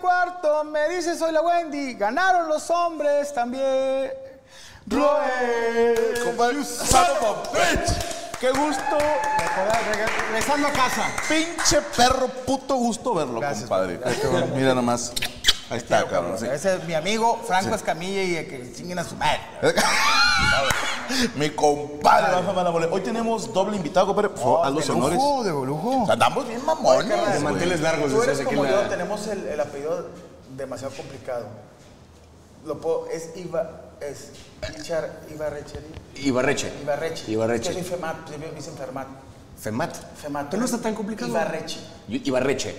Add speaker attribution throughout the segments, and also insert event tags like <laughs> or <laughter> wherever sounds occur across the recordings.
Speaker 1: Roberto me dice soy la Wendy. Ganaron los hombres también. Roe.
Speaker 2: Compadre, son of a bitch.
Speaker 1: Qué gusto recordar, reg- regresando a casa.
Speaker 2: Pinche perro, puto gusto verlo,
Speaker 1: Gracias,
Speaker 2: compadre. Mira nomás. Ahí está, cabrón. sí.
Speaker 1: Ese es mi amigo Franco Escamilla y el que chinguen a su madre.
Speaker 2: Eh, Mi compadre, Rafa Malabole. Hoy tenemos doble invitado, compadre. Por favor, haz los
Speaker 1: De
Speaker 2: honores.
Speaker 1: lujo, de lujo.
Speaker 2: Andamos bien mamones. güey.
Speaker 3: manteles largos.
Speaker 4: Tú eres
Speaker 3: decías aquí
Speaker 4: como
Speaker 3: en la-
Speaker 4: yo, tenemos el, el apellido demasiado complicado. Lo puedo, es Iba, es Richard Ibarrecheri.
Speaker 3: Ibarreche.
Speaker 4: Ibarreche.
Speaker 3: Ibarreche.
Speaker 4: Yo soy Femat, yo me dicen Fermat.
Speaker 3: Femat.
Speaker 4: Femat.
Speaker 3: Pero no está tan complicado.
Speaker 4: Ibarreche.
Speaker 3: Y- Ibarreche.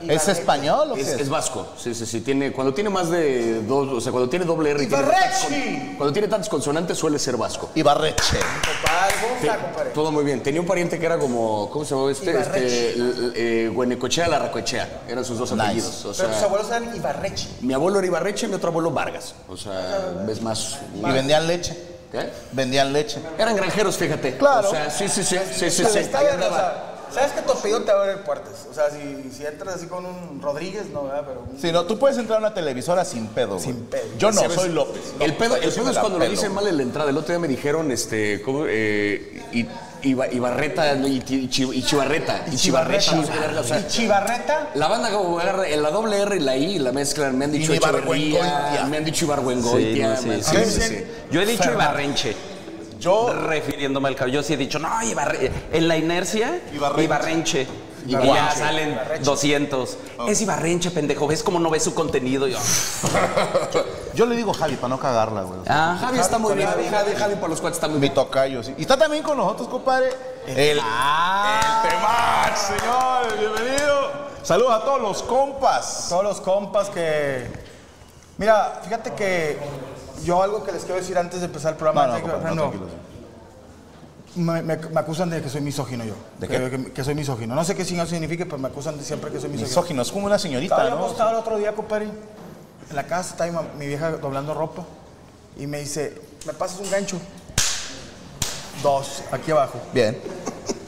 Speaker 2: ¿Es
Speaker 4: Ibarreche.
Speaker 2: español o qué
Speaker 3: Es,
Speaker 2: es?
Speaker 3: es vasco. Sí, sí, sí. Tiene, cuando tiene más de dos, o sea, cuando tiene doble R. y tiene
Speaker 4: Ibarreche.
Speaker 3: tantas con- cuando tiene tantas consonantes suele ser vasco.
Speaker 2: Ibarreche.
Speaker 4: Compadre, ¿cómo está, compadre?
Speaker 3: Todo muy bien. Tenía un pariente que era como, ¿cómo se llamaba este?
Speaker 4: Ibarreche.
Speaker 3: Este, l- eh, Guenecochea, Larracochea. Eran sus dos
Speaker 2: Nice.
Speaker 3: apellidos. O
Speaker 4: Pero pues, tus
Speaker 3: sea,
Speaker 4: abuelos eran Ibarreche.
Speaker 3: mi abuelo era Ibarreche, mi otro abuelo Vargas. O sea, es más.
Speaker 2: Y vendían leche.
Speaker 3: ¿Qué?
Speaker 2: Vendían leche.
Speaker 3: Eran granjeros, fíjate.
Speaker 2: Claro.
Speaker 3: O sea, sí, sí, sí, sí, sí,
Speaker 4: Pero
Speaker 3: sí.
Speaker 4: está
Speaker 3: Ahí
Speaker 4: bien, o
Speaker 3: andaba.
Speaker 4: sea, sabes que tu apellido te va a abrir puertas. O sea, si, si entras así con un Rodríguez, no, ¿verdad? Pero un-
Speaker 2: Si no, tú puedes entrar a una televisora sin pedo. Sin
Speaker 4: pedo.
Speaker 2: Yo no,
Speaker 3: ¿Sabes?
Speaker 2: soy López.
Speaker 3: El pedo, el
Speaker 2: Yo sí
Speaker 3: pedo
Speaker 2: me
Speaker 3: es
Speaker 2: la
Speaker 3: cuando lo
Speaker 2: pelo.
Speaker 3: dicen mal en la entrada. El otro día me dijeron, este, ¿cómo? Eh, y, Iba- Ibarreta no, y, ti- y Chi- y Chivarreta. Y Chivarreta. no sé qué verga, o sea,
Speaker 4: Y Chivarreta,
Speaker 3: la banda como agarra en la doble R y la I la mezclan. Me han dicho
Speaker 2: Y Ibargüengoitia.
Speaker 3: Echeverría, me han dicho Ibargüengoitia.
Speaker 5: Sí,
Speaker 3: me
Speaker 5: no,
Speaker 3: han-
Speaker 5: sí,
Speaker 3: sí,
Speaker 2: sí.
Speaker 3: sí, sí.
Speaker 5: Yo he dicho Ibarrenche. Yo. Refiriéndome al cabello. Yo sí he dicho, no, Ibarre- En la inercia,
Speaker 2: Ibarrenche.
Speaker 5: Ibarrenche. Y que ya salen 200. Es Ibarrenche, pendejo. ¿Ves cómo no ves su contenido? Yo,
Speaker 2: Yo le digo Javi para no cagarla, güey.
Speaker 5: ah,
Speaker 3: Javi está muy bien. Javi, Javi, Javi por los cuates está muy
Speaker 2: Mi
Speaker 3: bien.
Speaker 2: tocayo, sí. Y está también con nosotros, compadre. El, el Temax, señores. Bienvenido. Saludos a todos los compas.
Speaker 4: todos los compas que. Mira, fíjate que yo algo que les quiero decir antes de empezar el
Speaker 2: No,
Speaker 4: programa.
Speaker 2: no,
Speaker 4: antes de que-
Speaker 2: compadre, no,
Speaker 4: no.
Speaker 2: tranquilo.
Speaker 4: me, me- me acusan de que soy misógino yo.
Speaker 2: ¿De
Speaker 4: que,
Speaker 2: qué?
Speaker 4: que- que soy misógino. No sé qué signo significa, pero me acusan de siempre que soy misógino.
Speaker 2: Misógino, es como una señorita,
Speaker 4: Estaba yo
Speaker 2: ¿no?
Speaker 4: acostado el otro día, compadre. En la casa estaba mi, mam- mi vieja doblando ropa. Y me dice, ¿me pasas un gancho? Dos, aquí abajo.
Speaker 2: Bien.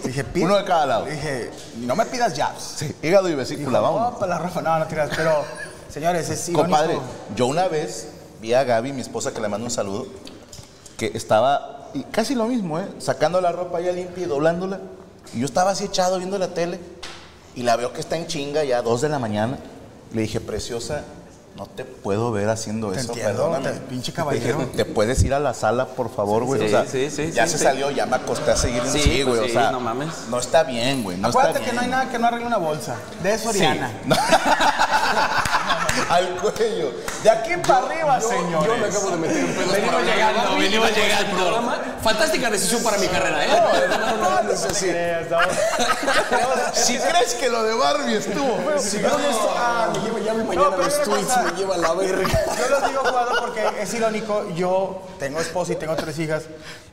Speaker 4: Dije, "Pide".
Speaker 2: Uno de cada lado.
Speaker 4: Dije, no me pidas jabs.
Speaker 2: Sí, hígado y
Speaker 4: Dijo,
Speaker 2: vesícula, vamos.
Speaker 4: no, para la ropa, no, no tiras. Pero, señores, es irónico.
Speaker 2: Compadre, yo una vez vi a Gaby, mi esposa, que le mando un saludo, que estaba y casi lo mismo, ¿eh? Sacando la ropa ya limpia y doblándola. Y yo estaba así echado viendo la tele y la veo que está en chinga ya a 2 de la mañana. Le dije, preciosa, no te puedo ver haciendo
Speaker 4: Te
Speaker 2: eso,
Speaker 4: entiendo,
Speaker 2: perdóname.
Speaker 4: te- pinche
Speaker 2: Le
Speaker 4: caballero.
Speaker 2: dije, te puedes ir a la sala, por favor, güey.
Speaker 5: sí,
Speaker 2: o sea,
Speaker 5: sí, sí,
Speaker 2: ya
Speaker 5: sí,
Speaker 2: se
Speaker 5: sí.
Speaker 2: salió, ya me acosté a seguir en
Speaker 5: Sí,
Speaker 2: sí, güey.
Speaker 5: pues
Speaker 2: o
Speaker 5: sí,
Speaker 2: sea,
Speaker 5: no mames.
Speaker 2: No está bien, güey. No
Speaker 4: Acuérdate
Speaker 2: está
Speaker 4: que
Speaker 2: bien.
Speaker 4: no hay nada que no arregle una bolsa. De eso, Oriana.
Speaker 2: <laughs> Al cuello. De aquí para arriba, señor.
Speaker 3: Yo me acabo de meter un pedo.
Speaker 5: Venimos llegando, venimos llegando.
Speaker 3: Fantástica decisión para mi carrera, ¿eh? Es así.
Speaker 2: Si crees que lo de Barbie estuvo
Speaker 4: <laughs>
Speaker 2: feo,
Speaker 3: Ah, me lleva ya mi
Speaker 4: No,
Speaker 3: mañana
Speaker 4: pero
Speaker 3: los
Speaker 4: mira una
Speaker 3: tweets,
Speaker 4: cosa.
Speaker 3: me lleva la verga.
Speaker 4: Yo los digo jugando porque es irónico. Yo tengo esposa y tengo tres hijas.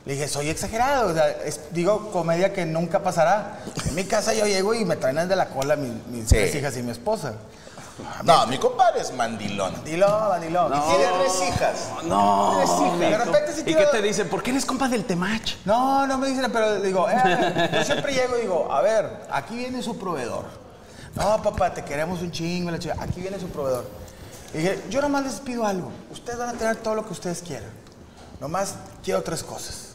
Speaker 4: Le dije, soy exagerado. O sea, es- digo comedia que nunca pasará. En mi casa yo llego y me traen de la cola mi- mis,
Speaker 2: Sí.
Speaker 4: tres hijas y mi esposa.
Speaker 2: No, mi compadre es mandilón.
Speaker 4: Dilo, Danilo.
Speaker 2: Y tiene tres hijas.
Speaker 5: no.
Speaker 4: Tres hijas. De repente sí
Speaker 5: ¿Y
Speaker 4: tiro-
Speaker 5: qué te dicen? ¿Por qué eres compa del Temach?
Speaker 4: No, no me dicen, pero digo, eh, yo siempre llego y digo, a ver, aquí viene su proveedor. No, papá, te queremos un chingo, la chica. Aquí viene su proveedor. Y dije, yo nomás les pido algo. Ustedes van a tener todo lo que ustedes quieran. Nomás quiero tres cosas.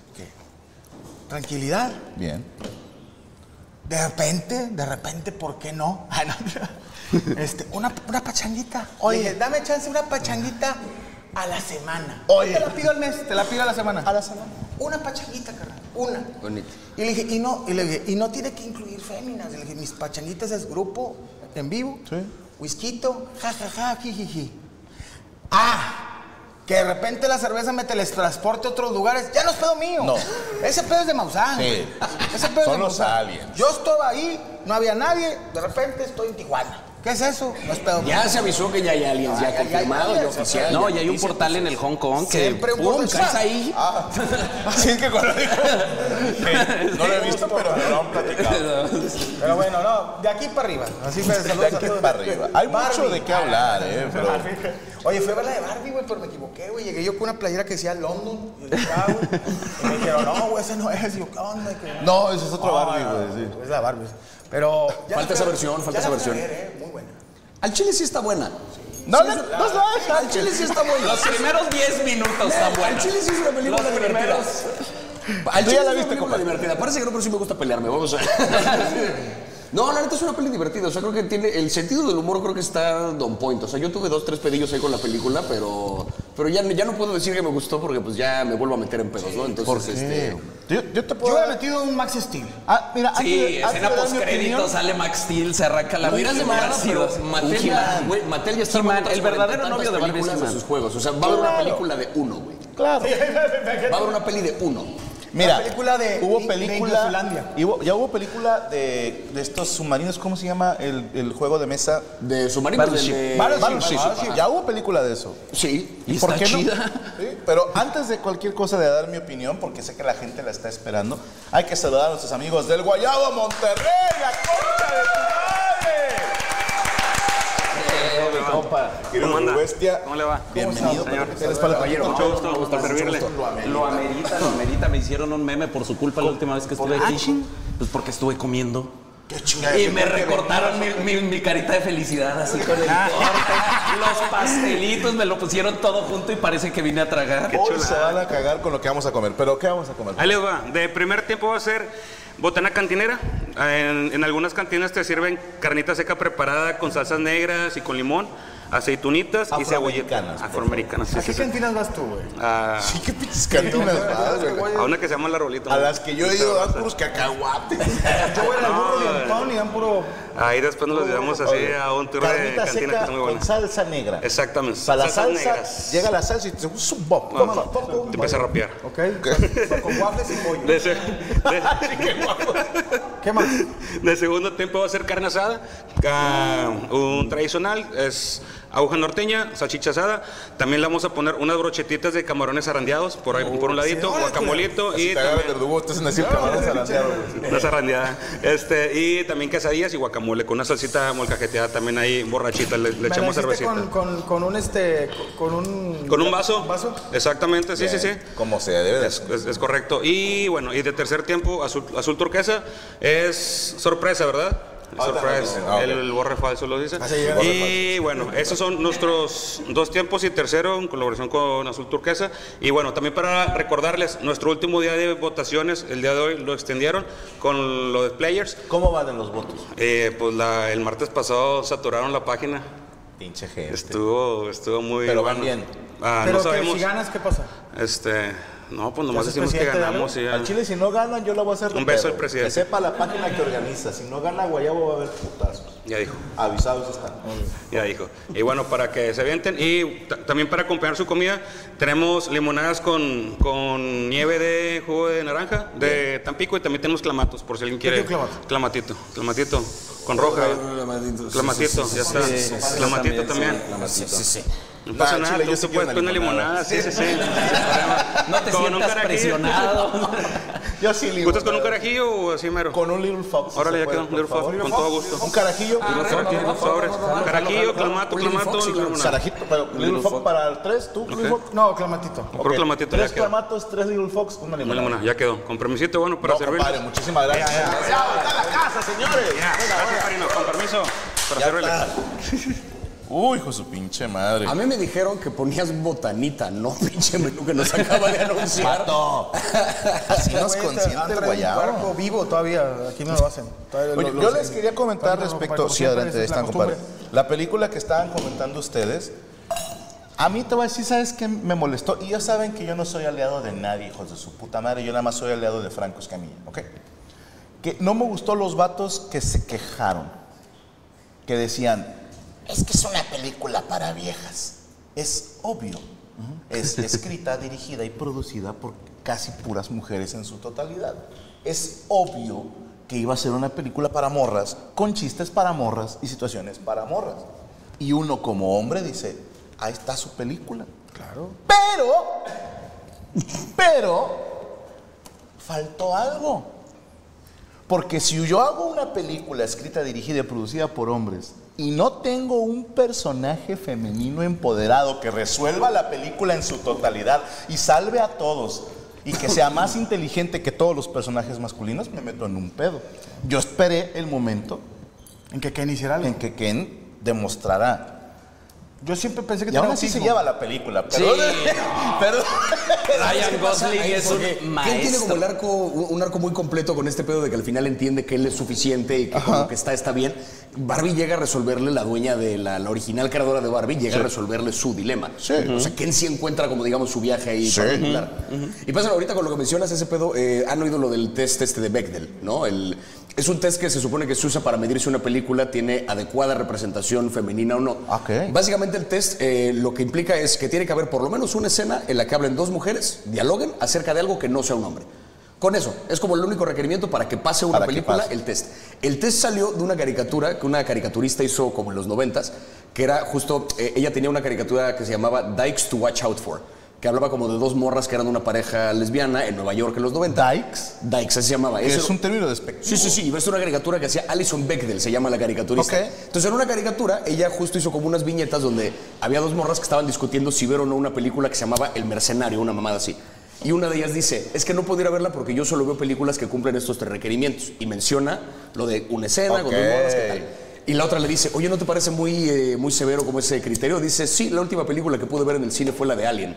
Speaker 4: Tranquilidad.
Speaker 2: Bien.
Speaker 4: De repente, de repente, ¿por qué no? <laughs> Ah, no. este, una, una pachanguita. Oye, dame chance, una pachanguita a la semana.
Speaker 2: Oye.
Speaker 4: Te
Speaker 1: <laughs>
Speaker 4: la pido al mes, te Este, la pido a la semana. A la semana. Una pachanguita, carnal. Una.
Speaker 3: Bonito.
Speaker 4: Y le dije, y no, y le dije, y no tiene que incluir féminas. Y le dije, mis pachanguitas es grupo en vivo.
Speaker 2: Sí.
Speaker 4: Whiskito, ja, ja, ja, jijiji. Ah, que de repente la cerveza me teletransporte a otros lugares. Ya no es pedo mío.
Speaker 2: No.
Speaker 4: Ese pedo es de Mausán.
Speaker 2: Sí.
Speaker 4: güey. Ese pedo es
Speaker 2: Son
Speaker 4: de
Speaker 2: los
Speaker 4: Mausán.
Speaker 2: aliens.
Speaker 4: Yo estaba ahí, no había nadie, de repente estoy en Tijuana. ¿Qué es eso? No es pedo mío.
Speaker 3: Ya se avisó que ya hay aliens, ya
Speaker 4: Ya, ya, ya,
Speaker 3: confirmado,
Speaker 4: ya,
Speaker 3: ya
Speaker 4: ya.
Speaker 3: oficial.
Speaker 5: No,
Speaker 3: ya
Speaker 5: y hay un
Speaker 3: noticia.
Speaker 5: portal en el Hong Kong que.
Speaker 4: Siempre un
Speaker 5: ¡Pum!
Speaker 4: portal.
Speaker 5: Caes ahí.
Speaker 2: Así es que cuando dijo. Hey, No lo he visto, pero me lo han platicado.
Speaker 4: Pero bueno, no, de aquí para arriba. Así me saludos
Speaker 2: De
Speaker 4: a
Speaker 2: aquí
Speaker 4: todos.
Speaker 2: para arriba. Hay mucho
Speaker 4: Barbie.
Speaker 2: de qué hablar, eh, pero.
Speaker 4: Oye, fui a ver la de Barbie, güey, pero me equivoqué, güey. Llegué yo con una playera que decía London y el Chicago. y me dijeron, no, güey, ese no es. Y yo, ¿qué onda? Que-
Speaker 2: No, ese es otro
Speaker 4: Ah,
Speaker 2: Barbie, güey. sí.
Speaker 4: Es la Barbie. Pero. ya
Speaker 3: Falta
Speaker 4: la
Speaker 3: esa
Speaker 4: fui a-
Speaker 3: versión, falta
Speaker 4: ya la
Speaker 3: esa
Speaker 4: fui a
Speaker 3: versión.
Speaker 4: ver, eh, muy buena.
Speaker 3: Al chile sí está buena.
Speaker 2: No, no, no,
Speaker 3: Ah,
Speaker 2: no.
Speaker 1: Al chile sí está bueno.
Speaker 5: <laughs> Los primeros 10 minutos están
Speaker 3: Al
Speaker 5: buenos.
Speaker 3: chile sí es una película
Speaker 5: Los
Speaker 3: divertida.
Speaker 5: primeros.
Speaker 3: Al
Speaker 2: Tú ya
Speaker 3: chile es
Speaker 2: la
Speaker 3: una
Speaker 2: viste,
Speaker 3: película
Speaker 2: compadre.
Speaker 3: divertida. Parece que no, pero sí me gusta pelearme. Vamos a. No, la neta es una peli divertida. O sea, creo que tiene. El sentido del humor creo que está on point. O sea, yo tuve dos, tres pedillos ahí con la película, pero. Pero ya, ya no puedo decir que me gustó porque pues ya me vuelvo a meter en pedos, ¿no? Entonces, este.
Speaker 2: Yo, yo te puedo.
Speaker 1: Yo he
Speaker 2: dar-
Speaker 1: metido un Max
Speaker 5: <laughs>
Speaker 1: Steel.
Speaker 2: Ah, mira, antes de- antes
Speaker 5: Sí,
Speaker 2: de
Speaker 5: escena
Speaker 2: dar mi
Speaker 5: postcrédito,
Speaker 2: opinión,
Speaker 5: sale Max Steel, se arranca la
Speaker 3: Lo hubieras de
Speaker 5: hubiera
Speaker 3: Madonna,
Speaker 5: sido
Speaker 3: pero
Speaker 5: Mattel
Speaker 3: un
Speaker 5: ya-
Speaker 3: He-Man, güey, Mattel ya está
Speaker 5: He-Man,
Speaker 3: con otras
Speaker 5: el verdadero
Speaker 3: cuarenta y
Speaker 5: novio de
Speaker 3: tantas
Speaker 5: Barbie
Speaker 3: películas
Speaker 5: es
Speaker 3: de sus
Speaker 5: He-Man.
Speaker 3: juegos. O sea, va a haber una
Speaker 2: Claro.
Speaker 3: película de uno, güey.
Speaker 2: Claro.
Speaker 3: Va a haber una peli de uno.
Speaker 2: Mira,
Speaker 1: La película de-
Speaker 2: hubo
Speaker 1: de
Speaker 2: película,
Speaker 1: Inglaterra.
Speaker 2: y hubo- ya hubo película de, de estos submarinos, ¿cómo se llama el, el juego de mesa?
Speaker 3: De submarinos.
Speaker 5: Battleship.
Speaker 3: de-
Speaker 2: Battleship.
Speaker 3: Battleship.
Speaker 2: Ya hubo película de eso.
Speaker 3: Sí.
Speaker 5: ¿Y está chida?
Speaker 2: Sí, Pero antes de cualquier cosa de dar mi opinión, porque sé que la gente la está esperando, hay que saludar a nuestros amigos del Guayabo Monterrey, la concha de tu
Speaker 6: ¿Qué
Speaker 2: madre.
Speaker 6: onda?
Speaker 2: Bestia,
Speaker 6: ¿Cómo le va?
Speaker 2: Bienvenido, Pedro.
Speaker 6: señor?
Speaker 2: Eres para el caballero.
Speaker 5: Mucho gusto,
Speaker 3: Vamos
Speaker 5: gusto
Speaker 3: a
Speaker 5: servirle.
Speaker 3: hacer
Speaker 2: esto.
Speaker 5: Lo amerita, lo amerita. Me hicieron un meme por su culpa la última vez que estuve aquí. Pues porque estuve comiendo.
Speaker 2: Qué chingada.
Speaker 5: Y me recortaron mi, mi- mi carita de felicidad así con el corte. Los pastelitos me lo pusieron todo junto y parece que vine a tragar.
Speaker 2: Hoy
Speaker 6: chulada.
Speaker 2: se van a cagar con lo que vamos a comer. ¿Pero qué vamos a comer?
Speaker 6: Ahí les va. De primer tiempo va a ser botana cantinera. En, en algunas cantinas te sirven carnita seca preparada con salsas negras y con limón, aceitunitas y
Speaker 2: Afroamericanas,
Speaker 6: cebollitas.
Speaker 2: por favor.
Speaker 6: Afroamericanas, sí,
Speaker 1: ¿A qué
Speaker 6: sí, sí.
Speaker 1: cantinas vas tú, güey?
Speaker 6: A,
Speaker 2: Sí, qué pinches cantinas vas, güey.
Speaker 6: a una que se llama La Rolita.
Speaker 2: A
Speaker 6: ¿no?
Speaker 2: las que yo he ido dan puros cacahuates.
Speaker 5: Ah,
Speaker 1: Yo voy al burro de
Speaker 6: No,
Speaker 1: Antón y dan puro.
Speaker 6: Ahí después nos los llevamos así a un tour de
Speaker 2: Carnita
Speaker 6: cantinas que
Speaker 2: seca
Speaker 6: está muy
Speaker 2: con
Speaker 6: buenas.
Speaker 2: salsa negra.
Speaker 6: Exactamente.
Speaker 2: Para la
Speaker 6: salsas
Speaker 2: salsa,
Speaker 6: negras.
Speaker 2: llega la salsa y te gusta un bop.
Speaker 6: No,
Speaker 2: toma,
Speaker 6: no,
Speaker 2: pop, pop.
Speaker 6: te empieza a rapear.
Speaker 1: Ok. Con waffles y
Speaker 6: <laughs>
Speaker 1: pollo.
Speaker 6: De, ese-
Speaker 2: <laughs>
Speaker 6: de-
Speaker 1: ¿Qué más?
Speaker 6: de segundo tiempo va a ser carne asada, ca- un tradicional, es aguja norteña, salchicha asada. También le vamos a poner unas brochetitas de camarones arandeados por, ahí, por un ladito, guacamolito
Speaker 2: Si pues.
Speaker 6: y
Speaker 2: te agarra el
Speaker 6: también
Speaker 2: verdugo, te hacen así el camarón zarandeado, güey.
Speaker 6: una zarandeada. Este, y también quesadillas y guacamole con una salsita molcajeteada también ahí, borrachita, le, le
Speaker 1: Me la
Speaker 6: echamos
Speaker 1: hiciste Con,
Speaker 6: cervecita.
Speaker 1: con, con un este. Con un.
Speaker 6: Con un vaso.
Speaker 1: ¿Vaso?
Speaker 6: Exactamente, sí, sí, sí.
Speaker 2: Eh, Como se debe de
Speaker 6: Es, es- es correcto. Y bueno, y de tercer tiempo, azul, azul turquesa, es sorpresa, ¿verdad? Sorpresa.
Speaker 2: Ah, ok. Ah,
Speaker 6: El, el borre falso lo dice.
Speaker 2: sí, borre
Speaker 6: Y bueno, esos son nuestros dos tiempos y tercero en colaboración con Azul Turquesa. Y bueno, también para recordarles, nuestro último día de votaciones, el día de hoy lo extendieron con lo de players.
Speaker 2: ¿Cómo van en los votos?
Speaker 6: Eh, pues la- el martes pasado saturaron la página.
Speaker 2: Pinche gente.
Speaker 6: Este, Estuvo, estuvo muy
Speaker 2: Este. Pero van
Speaker 6: bueno.
Speaker 2: bien.
Speaker 6: Ah,
Speaker 1: Pero
Speaker 6: no
Speaker 1: que
Speaker 6: sabemos.
Speaker 1: si ganas, ¿qué pasa?
Speaker 6: Este, no, pues
Speaker 1: ¿Ya
Speaker 6: nomás
Speaker 1: sos
Speaker 6: decimos que
Speaker 1: presidente de
Speaker 6: ganamos y ya.
Speaker 2: Al Chile, si no ganan, yo la voy a hacer.
Speaker 6: Un
Speaker 2: de
Speaker 6: beso
Speaker 2: pedo,
Speaker 6: al
Speaker 2: güey.
Speaker 6: presidente.
Speaker 2: Que sepa la página que organiza. Si no gana Guayabo, va a haber putazos.
Speaker 6: Ya dijo,
Speaker 2: Avisados están.
Speaker 6: ya dijo. Y bueno, para que se avienten y ta- también para acompañar su comida, tenemos limonadas con, con nieve de jugo de naranja de Tampico y también tenemos clamatos, por si alguien quiere.
Speaker 1: tipo de clamato?
Speaker 6: Clamatito, clamatito, con roja. Clamatito, ya está. Clamatito también. No
Speaker 2: Ah,
Speaker 6: pasa
Speaker 2: al
Speaker 6: nada,
Speaker 2: chile,
Speaker 6: tú
Speaker 2: yo
Speaker 6: te
Speaker 2: sí quiero
Speaker 6: puedes poner una limonada, sí, sí, sí.
Speaker 5: No te
Speaker 6: Con un
Speaker 5: sientas
Speaker 6: carajillo.
Speaker 5: presionado.
Speaker 2: Yo sí libo.
Speaker 6: ¿Gustas con un carajillo o así mero?
Speaker 2: Con un Little Fox. si
Speaker 6: Ahora
Speaker 2: se
Speaker 6: ya
Speaker 2: puede,
Speaker 6: quedó,
Speaker 2: por
Speaker 6: Little Fox,
Speaker 2: favor.
Speaker 6: con todo gusto. Ah.
Speaker 2: Un carajillo.
Speaker 6: Sobres. Carajillo, clamato, clamato,
Speaker 2: Un
Speaker 6: limonada.
Speaker 2: carajito. Pero Little Fox para el 3, tú, Little Fox.
Speaker 1: No, clamatito.
Speaker 6: Puro
Speaker 2: Ok,
Speaker 6: clamatito ya
Speaker 2: Tres
Speaker 6: quedó.
Speaker 2: clamatos, tres Little Fox, una
Speaker 6: Una
Speaker 2: limonada.
Speaker 6: limonada, ya quedó. Con permisito, bueno, para
Speaker 2: No,
Speaker 6: servir.
Speaker 2: compadre, muchísimas gracias. está la casa, señores.
Speaker 6: Gracias, Parino, con permiso. Para
Speaker 2: Ya
Speaker 6: servirle.
Speaker 2: está. Uy, hijo de su pinche madre.
Speaker 3: A mí me dijeron que ponías botanita, no <laughs> pinche menú que nos acaba
Speaker 5: <laughs>
Speaker 3: de anunciar.
Speaker 2: Pato. Así nos
Speaker 1: Güey,
Speaker 2: consiente
Speaker 1: traen
Speaker 2: el
Speaker 1: un
Speaker 2: guayabo.
Speaker 1: cuerpo vivo todavía. Aquí no lo hacen. Todavía lo-
Speaker 2: Oye,
Speaker 1: lo-
Speaker 2: yo
Speaker 1: lo-
Speaker 2: les quería comentar
Speaker 1: Tanto
Speaker 2: respecto.
Speaker 1: como
Speaker 2: Sí,
Speaker 1: siempre,
Speaker 2: adelante,
Speaker 1: esa
Speaker 2: ahí
Speaker 1: es la
Speaker 2: están, compadre.
Speaker 1: costumbre.
Speaker 2: La película que estaban comentando ustedes. A mí te voy a decir, ¿sabes qué me molestó? Y ya saben que yo no soy aliado de nadie, hijos de su puta madre. Yo nada más soy aliado de Franco Escamilla, ¿ok? Que no me gustó los vatos que se quejaron. Que decían, es que es una película para viejas. Es obvio. Es escrita, dirigida y producida por casi puras mujeres en su totalidad. Es obvio que iba a ser una película para morras, con chistes para morras y situaciones para morras. Y uno como hombre dice, ahí está su película. Claro. Pero, pero, faltó algo. Porque si yo hago una película escrita, dirigida y producida por hombres y no tengo un personaje femenino empoderado que resuelva la película en su totalidad y salve a todos y que sea más inteligente que todos los personajes masculinos, me meto en un pedo. Yo esperé el momento
Speaker 1: En que Ken hiciera algo.
Speaker 2: en que Ken demostrará
Speaker 1: Yo siempre pensé que
Speaker 2: Y aún
Speaker 1: tenía
Speaker 2: así se
Speaker 1: autismo.
Speaker 2: lleva la película.
Speaker 5: Sí,
Speaker 2: Perdón.
Speaker 5: no.
Speaker 2: Perdón.
Speaker 5: Ryan Gosling
Speaker 3: Ahí,
Speaker 5: es
Speaker 3: porque
Speaker 5: un
Speaker 3: Ken tiene como el
Speaker 5: maestro.
Speaker 3: arco, un un arco muy completo con este pedo de que al final entiende que él es suficiente y que como que está, está bien. Barbie llega a resolverle, la dueña de la, la original creadora de Barbie, llega a resolverle su dilema.
Speaker 2: Sí.
Speaker 3: O sea, Ken sí encuentra como, digamos, su viaje ahí
Speaker 2: Sí.
Speaker 3: particular. Y pasa ahorita con lo que mencionas, ese pedo, eh, han oído lo del test este de Bechdel, ¿no? El, es un test que se supone que se usa para medir si una película tiene adecuada representación femenina o no.
Speaker 2: Ah, Ok.
Speaker 3: Básicamente el test eh, lo que implica es que tiene que haber por lo menos una escena en la que hablen dos mujeres, dialoguen acerca de algo que no sea un hombre. Con eso, es como el único requerimiento para que pase una
Speaker 2: Para que
Speaker 3: película,
Speaker 2: pase.
Speaker 3: el test. El test salió de una caricatura que una caricaturista hizo como en los noventas, que era justo, eh, ella tenía una caricatura que se llamaba Dykes to Watch Out For, que hablaba como de dos morras que eran una pareja lesbiana en Nueva York en los 90.
Speaker 2: Dykes.
Speaker 3: Dykes, así se llamaba.
Speaker 2: que
Speaker 3: Eso
Speaker 2: es
Speaker 3: era-
Speaker 2: un término despectivo.
Speaker 3: Sí, sí, sí. Y ves una caricatura que hacía Alison Bechdel, se llama la caricaturista.
Speaker 2: Ok.
Speaker 3: Entonces, en una caricatura, ella justo hizo como unas viñetas donde había dos morras que estaban discutiendo si ver o no una película que se llamaba El Mercenario, una mamada así. Y una de ellas dice, es que no pudiera verla porque yo solo veo películas que cumplen estos tres requerimientos. Y menciona lo de una escena, con dos
Speaker 2: Ok.
Speaker 3: morras, ¿qué tal? Y la otra le dice, oye, ¿no te parece muy, eh, muy severo como ese criterio? Dice, sí, la última película que pude ver en el cine fue la de Alien.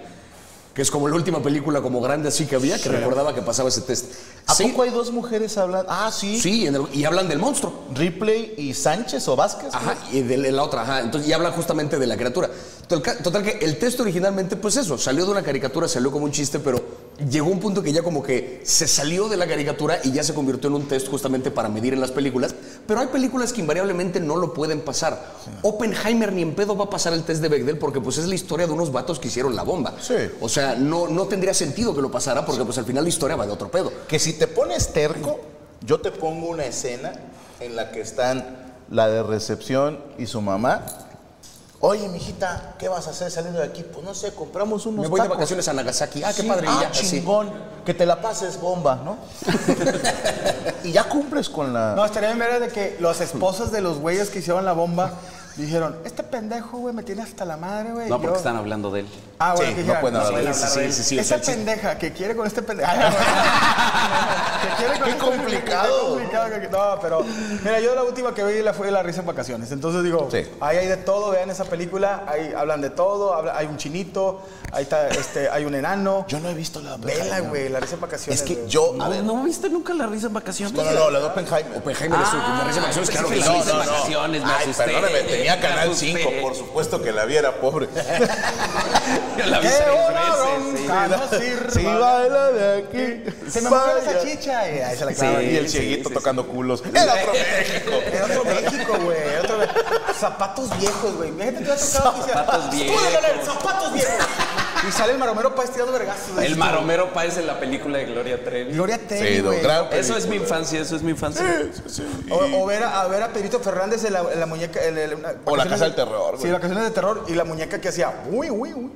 Speaker 3: Que es como la última película como grande así que había, que recordaba que pasaba ese test.
Speaker 2: ¿A
Speaker 3: Sí.
Speaker 2: poco hay dos mujeres hablando? Ah, sí.
Speaker 3: Sí, en el- y hablan del monstruo.
Speaker 2: Ripley y Sánchez o Vázquez.
Speaker 3: Ajá, y de la otra, ajá. Entonces, y habla justamente de la criatura. Total, total que el texto originalmente, pues eso, salió de una caricatura, salió como un chiste, pero llegó un punto que ya como que se salió de la caricatura y ya se convirtió en un test justamente para medir en las películas. Pero hay películas que invariablemente no lo pueden pasar. Oppenheimer ni en pedo va a pasar el test de Bechdel porque pues es la historia de unos vatos que hicieron la bomba.
Speaker 2: Sí.
Speaker 3: O sea, no, no tendría sentido que lo pasara porque pues al final la historia va de otro pedo.
Speaker 2: Que si te pones terco, yo te pongo una escena en la que están la de recepción y su mamá. Oye, mijita, ¿qué vas a hacer saliendo de aquí? Pues no sé, compramos unos
Speaker 3: Me voy de
Speaker 2: tacos.
Speaker 3: vacaciones a Nagasaki. Ah, qué
Speaker 2: Sí,
Speaker 3: padre. y
Speaker 2: ah,
Speaker 3: ya, sí.
Speaker 2: chingón. Que te la pases bomba, ¿no? <laughs> y ya cumples con la.
Speaker 1: No, estaría bien ver de que las esposas de los güeyes que hicieron la bomba dijeron, este pendejo, güey, me tiene hasta la madre, güey.
Speaker 5: No,
Speaker 1: y
Speaker 5: porque
Speaker 1: yo-
Speaker 5: están hablando de él.
Speaker 1: Ah, bueno,
Speaker 2: Sí,
Speaker 1: que
Speaker 2: no
Speaker 1: dijeran,
Speaker 2: pueden hablar de
Speaker 5: eso,
Speaker 1: de
Speaker 5: sí,
Speaker 1: él.
Speaker 5: sí, sí, o sea,
Speaker 1: Esa
Speaker 5: el chiste.
Speaker 1: pendeja <laughs> que quiere con este pendejo. que quiere con
Speaker 2: Qué
Speaker 1: este
Speaker 2: complicado.
Speaker 1: pendejo, qué complicado que- No, pero mira, yo la última que vi la fue la risa en vacaciones. Entonces digo,
Speaker 2: Sí.
Speaker 1: ahí hay de todo, vean esa película, ahí hablan de todo, habla- hay un chinito, ahí está, este, hay un enano.
Speaker 2: Yo no he visto la.
Speaker 1: Vela, güey, la risa en vacaciones.
Speaker 2: Es que
Speaker 1: güey.
Speaker 2: yo. a
Speaker 5: No,
Speaker 2: ver,
Speaker 5: ¿no viste nunca la risa en vacaciones?
Speaker 2: No, no, no, la de Oppenheimer. Ah,
Speaker 3: Oppenheimer es un- me parece vacaciones,
Speaker 5: pensé
Speaker 3: claro
Speaker 5: Ah, pues
Speaker 3: que
Speaker 5: que la
Speaker 3: sí.
Speaker 5: hice en vacaciones, me
Speaker 2: Ay,
Speaker 5: asusté.
Speaker 2: perdóname,
Speaker 5: Me
Speaker 2: tenía Canal
Speaker 5: asusté.
Speaker 2: 5, por supuesto que la viera, pobre.
Speaker 5: Yo la vi
Speaker 1: ¡Qué
Speaker 5: tres
Speaker 1: una
Speaker 5: veces, sí.
Speaker 1: bronca! No sirva.
Speaker 2: Sí, baila de aquí.
Speaker 1: Se me movió la
Speaker 2: baila.
Speaker 1: salchicha. Y ahí se la
Speaker 5: Sí.
Speaker 1: clava.
Speaker 2: Y el
Speaker 5: sí,
Speaker 2: cieguito
Speaker 5: sí,
Speaker 2: tocando culos. Era otro México.
Speaker 1: Era otro México, güey. Otro... Zapatos viejos, güey. Imagínate que ha tocado aquí.
Speaker 5: Zapatos viejos.
Speaker 1: ¡Tú, Leonel, zapatos viejos! Y sale el maromero para estirando vergazos. güey.
Speaker 5: El maromero Páez en la película de Gloria Trevi.
Speaker 1: Gloria Trevi,
Speaker 2: Sí, no,
Speaker 1: güey.
Speaker 2: gran
Speaker 5: Eso es mi
Speaker 2: película.
Speaker 5: infancia, eso es mi infancia.
Speaker 1: O, o ver a, a ver a Pedrito Fernández en la, en la muñeca. en el- en una-
Speaker 2: O la
Speaker 1: vacaciones
Speaker 2: Casa del
Speaker 1: de-
Speaker 2: Terror, güey.
Speaker 1: Sí, vacaciones de terror. Y la muñeca que hacía. Uy, uy, uy.